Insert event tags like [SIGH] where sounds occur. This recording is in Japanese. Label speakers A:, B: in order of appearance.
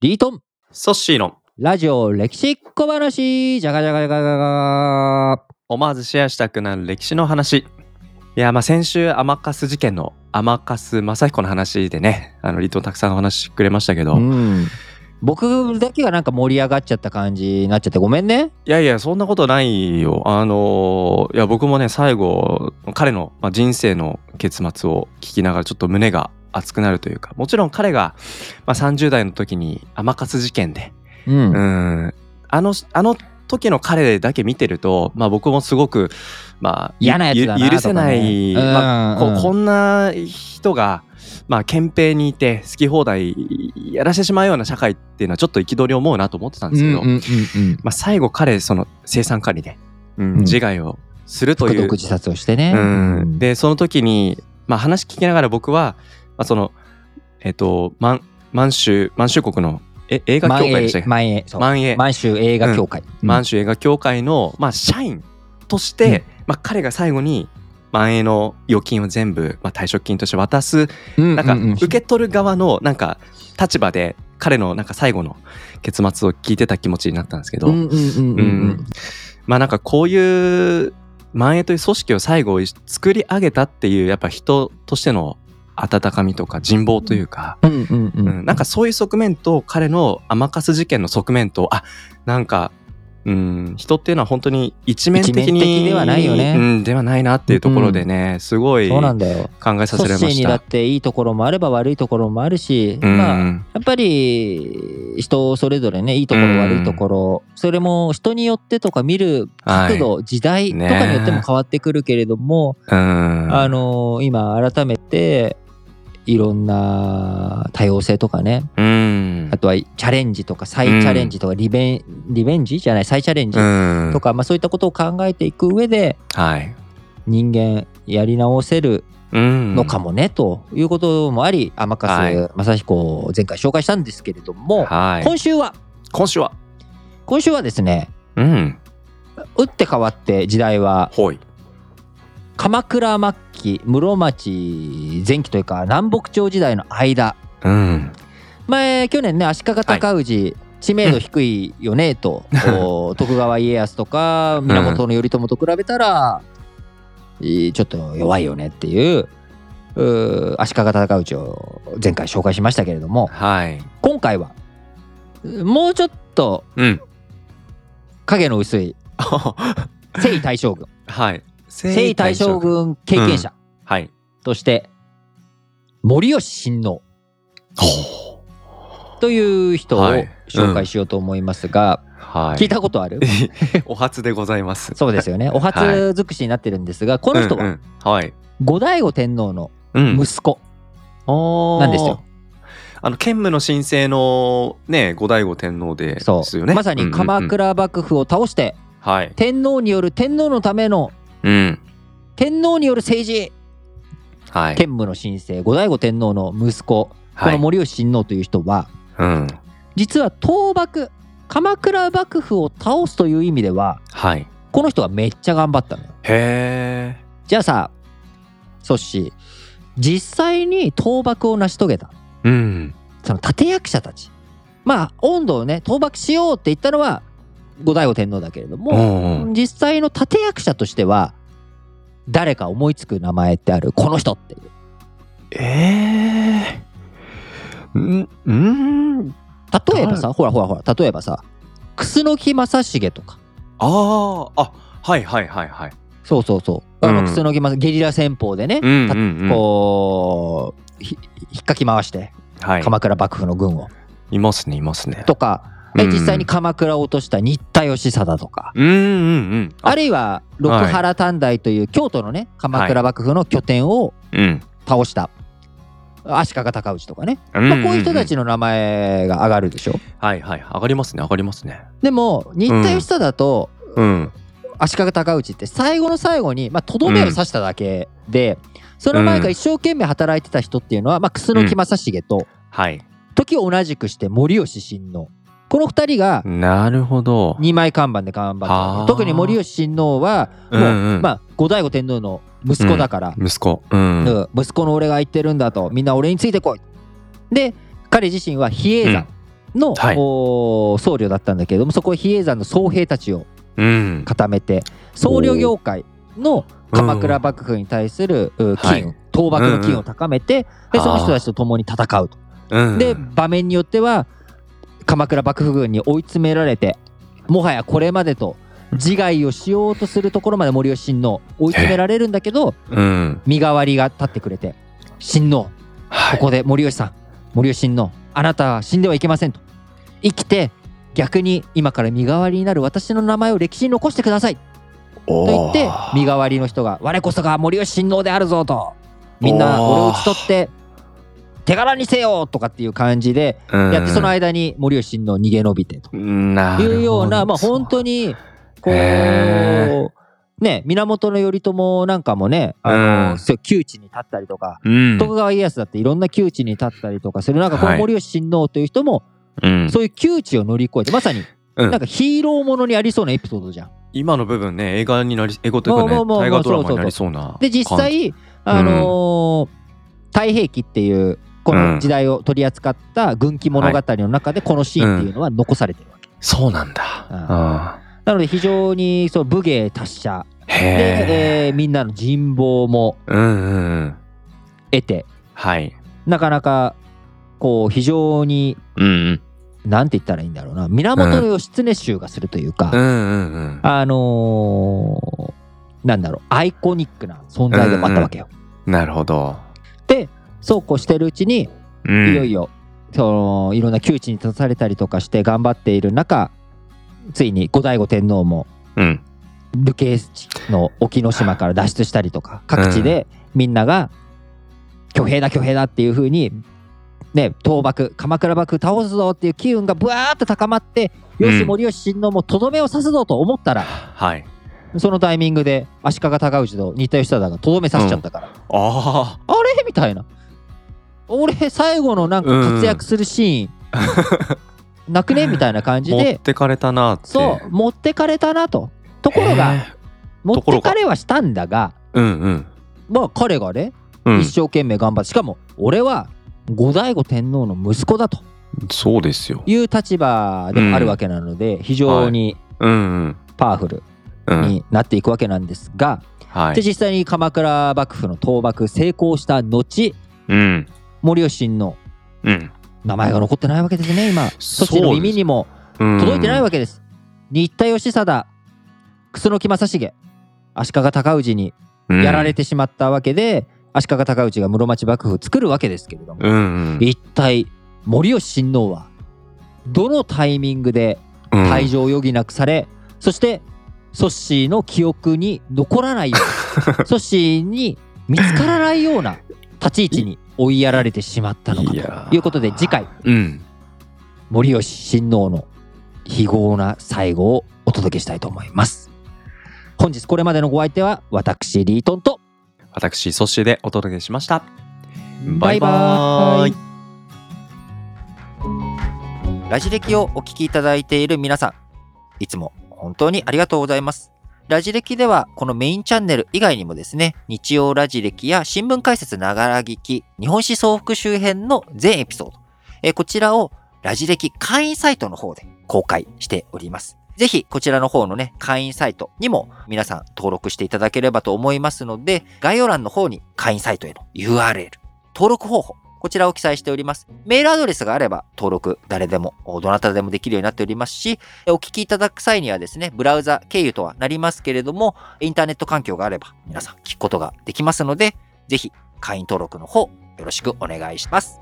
A: リートン、
B: ソッシーの
A: ラジオ歴史小話、じゃがじゃがじゃがじゃが。
B: 思わずシェアしたくなる歴史の話いやまあ先週甘春事件の甘春正彦の話でねあの離島たくさんお話しくれましたけど、
A: う
B: い
A: ん。僕だけがなんか盛り上がっちゃった感じになっちゃってごめんね。
B: やいやそんなことないよあのーいや僕もね最後彼の、まあ、人生の結末を聞きながらちょっと胸が熱くなるというかもちろん彼が、まあ、30代の時に甘春事件で
A: うん。
B: うんあのあの時の彼だけ見てると、まあ、僕もすごく、まあ、
A: 嫌なやつだなとか、ね。
B: ゆ許せない、
A: うん
B: まあこ
A: うん
B: こんな人が、まあ、憲兵にいて好き放題やらしてしまうような社会っていうのはちょっと憤りを思うなと思ってたんですけど、
A: うんうんうんうん。
B: まあ、最後彼その生産管理で、うん
A: うん
B: 自害をすると
A: 服
B: いう
A: 毒自殺をしてね。
B: うん、でその時に、まあ、話聞きながら僕は、まあ、そのえっ、と満満州満州国のえ映画協会でしたっけ
A: 満映。そう
B: 満映
A: 満州映画協会。
B: 満州映画協会の、まあ、社員として、まあ、彼が最後に満映の預金を全部、まあ、退職金として渡す
A: うん
B: なんか受け取る側のなんか立場で彼のなんか最後の結末を聞いてた気持ちになったんですけど、
A: うんうんうんうんうん
B: まあなんかこういう万栄という組織を最後作り上げたっていうやっぱ人としての温かみとか人望というか、
A: うんうんう
B: うんんなんかそういう側面と彼の甘かす事件の側面とあなんかうん、人っていうのは本当に一面的に
A: 一面的ではないよね
B: うん、ではないなっていうところでね、すごい
A: そうな
B: 考
A: んだよ。
B: えさ
A: 組
B: せられま
A: 織
B: し。
A: にだったていいところもあれば悪いところもあるし、まあ
B: うん
A: やっぱり人それぞれねいいところ
B: うん
A: 悪いところそれも人によってとか見る角度、時代と
B: ね
A: かによっても変わってくるけれども、
B: うん
A: あの今改めていろんな多様性とかね
B: うん
A: あとはチャレンジとか再チャレンジとかリベンリベンジじゃない再チャレンジ
B: うん
A: とか、まあ、そういったことを考えていく上で
B: はい
A: 人間やり直せるの
B: の
A: かもね、ということもあり天
B: はい
A: 笠正彦を前回紹介したんですけれども、
B: はい
A: 今週は
B: 今週は
A: 今週はですね
B: うん
A: 打って変わって時代は
B: ほい
A: 鎌倉末期室町前期というか南北朝時代の間
B: うん
A: 前去年ね足利尊氏、知名度低いよねと
B: [LAUGHS]
A: お徳川家康とか源頼朝と比べたら、いちょっと弱いよねっていううー足利尊氏を前回紹介しましたけれども
B: はい [LAUGHS]
A: 今回はもうちょっと
B: うん
A: 影の薄い
B: は
A: 征夷大将軍
B: い
A: 征夷大将軍経験者、
B: はい
A: として森吉親王
B: ほ
A: という人を
B: はい
A: 紹介しようと思いますが、
B: うは
A: 聞い
B: い
A: たことある
B: [LAUGHS] お初でございます
A: そうですよねお初尽くしになってるんですが、この人
B: うんう
A: は
B: んはい
A: 後醍醐天皇の
B: うん
A: 息子、
B: おー
A: なんですよ
B: あの兼務の神聖のね後醍醐天皇で
A: そう
B: すよね
A: まさに鎌
B: うんうんうん
A: 倉幕府を倒して
B: はい
A: 天皇による天皇のための
B: うん
A: 天皇による政治
B: はい
A: 兼務の新生後醍醐天皇の息子こ
B: は
A: の
B: い
A: 森吉親王という人は、
B: うん
A: 実は倒幕鎌倉幕府を倒すという意味では
B: はい
A: この人はめっちゃ頑張ったのよ。
B: へえ
A: じゃあさソッシー実際に倒幕を成し遂げた
B: うん
A: その立役者たちまあ温度をね倒幕しようって言ったのは後醍醐天皇だけれども、
B: おー
A: 実際の立役者としては誰か思いつく名前ってあるこの人っていう
B: ええんうん
A: 例えばさほらほらほら例えばさ楠木正成とか
B: あああはいはいはいはい
A: そうそうそうあの
B: うん
A: 楠木正ゲリラ戦法でね、
B: うんうんうん
A: こうひ引っかき回して
B: はい
A: 鎌倉幕府の軍を、
B: いますねいますね
A: とかえ
B: うん
A: 実際に鎌倉を落とした新田義貞とか、
B: うんうんうん
A: あるいは六原短大という京都のね鎌倉幕府の拠点を
B: うん
A: 倒した足利尊氏とかね、
B: ま
A: まあ、こういう人たちの名前が上がるでしょ。
B: はいはい上がりますね上がりますね
A: でも新田義貞と
B: うん
A: 足利尊氏って最後の最後にまあとどめを刺しただけで、その前から一生懸命働いてた人っていうのは、まあ、楠木正成と
B: はい
A: 時を同じくして森吉親王この二人が
B: なるほど
A: 二枚看板で頑張ったわ
B: あー
A: け特に森吉親王はもう、
B: うんうん
A: まあ後醍醐天皇の息子だから、
B: 息子うん
A: うん息子の俺が言ってるんだとみんな俺についてこいで彼自身は比叡山、の、
B: はい
A: おー僧侶だったんだけれどもそこへ比叡山の僧兵たちを
B: うん。
A: 固めて僧侶業界の鎌倉幕府に対するう
B: はい
A: 金倒幕の金を高めてで
B: あー
A: その人たちと共に戦うと。
B: うん
A: で場面によっては鎌倉幕府軍に追い詰められてもはやこれまでと自害をしようとするところまで森吉親王追い詰められるんだけど
B: うん。
A: 身代わりが立ってくれて親王
B: は
A: こ
B: い。
A: こで森吉さん、森吉親王、あなたは死んではいけませんと。生きて、逆に今から身代わりになる私の名前を歴史に残してくださいと
B: と
A: 言って、身代わりの人が、我こそが森吉親王であるぞと。みんな
B: おー
A: 俺を討ち取って、手柄にせよとかっていう感じで、やってその間に森吉親王逃げ延びてと
B: な
A: いうような、まあ本当
B: に
A: に、こ
B: へ
A: う、ね、源頼朝なんかもね、あ
B: う
A: の、
B: ん
A: そう窮地に立ったりとか、
B: うん
A: 徳川家康だっていろんな窮地に立ったりとかするなんかこ
B: は
A: の
B: い
A: 森吉親王という人も
B: うん
A: そういう窮地を乗り越えてまさに
B: うん
A: なんかヒーローものにありそうなエピソードじゃん。
B: 今の部分ね映画になり英語というかね
A: もうもうもう
B: 大河ドラマになりそうな
A: で実
B: 感じ
A: 際あのー太平記っていうこの時代を取り扱った軍記物語の中でこのシーンっていうのは残されてるわけ。
B: そうなんだあ
A: なので非常にそう武芸達者
B: あへえ
A: で、えーみんなの人望も
B: うんうんうん
A: 得て
B: はい
A: なかなかこう非常に
B: うん
A: なんて言ったらいいんだろうな源義経衆がするというか
B: うんう。んうん
A: あのーなんだろう、アイコニックな存在でもあったわけよ。
B: なるほど
A: で、そうこうしてるうちに、
B: い
A: いよい
B: よ
A: よ、そのいろんな窮地に立たされたりとかして頑張っている中、ついに後醍醐天皇も
B: うん
A: 武家地の沖ノ島から脱出したりとか、各地でみんなが、挙兵だ挙兵だっていう風に、ね、倒幕、鎌倉幕府倒すぞっていう機運がブワーッと高まって、よ
B: う
A: し、
B: ん
A: 森吉親王もとどめを刺すぞと思ったら、
B: はい
A: そのタイミングで足利尊氏と新田義貞がとどめさせちゃったから、あ
B: あ
A: れみたいな俺最後のなんか活躍するシ
B: [LAUGHS]
A: ーンなくねみたいな感
B: あ
A: じ
B: 持っ
A: で
B: てかれたなって
A: そう持ってかれたなとところ
B: へ
A: が
B: え
A: 持っ
B: ところ
A: て
B: が
A: かれはしたんだが
B: うんうん
A: まあ彼がね、
B: うん
A: 一生懸命頑張ってしかも俺は後醍醐天皇の息子だと
B: そうですよ
A: いう立場でもあるわけなので、非常に
B: うんうん
A: パワフル
B: うん
A: になっていくわけなんですが、
B: は
A: で
B: い
A: 実際に鎌倉幕府の倒幕成功した後
B: うん
A: 森吉親王
B: うん
A: 名前が残ってないわけですね今そしての
B: そうです
A: 耳にも
B: うん
A: 届いてないわけです、新田義貞楠木正成足利尊氏にやられてしまったわけで、足利尊氏が室町幕府を作るわけですけれども、
B: うんうん
A: 一体森吉親王はどのタイミングで
B: うん
A: 退場を余儀なくされ、そしてソッシーの記憶に残らないよう
B: [LAUGHS]
A: なソッシーに見つからないような立ち位置に追いやられてしまったのか
B: いや
A: ということで次回
B: うん
A: 森吉親王の非業な最後をお届けしたいと思います本日これまでのご相手は私リートンと
B: 私ソッシーでお届けしました
A: バ
B: バ
A: イ
B: イ
A: バ
B: バ
A: ー
B: ー
A: イ
B: イ
A: ラジ歴をお聞きいただいている皆さん、いつも本当にありがとうございます。ラジ歴ではこのメインチャンネル以外にもですね、日曜ラジ歴や新聞解説ながら聞き、日本史総復周辺の全エピソード、えーこちらをラジ歴会員サイトの方で公開しております。ぜひこちらの方のね、会員サイトにも皆さん登録していただければと思いますので、概要欄の方に会員サイトへの URL、登録方法、こちらを記載しております。メールアドレスがあれば登録誰でも、おどなたでもできるようになっておりますし、お聞きいただく際にはですね、ブラウザ経由とはなりますけれども、インターネット環境があれば皆さん聞くことができますので、ぜひ会員登録の方よろしくお願いします。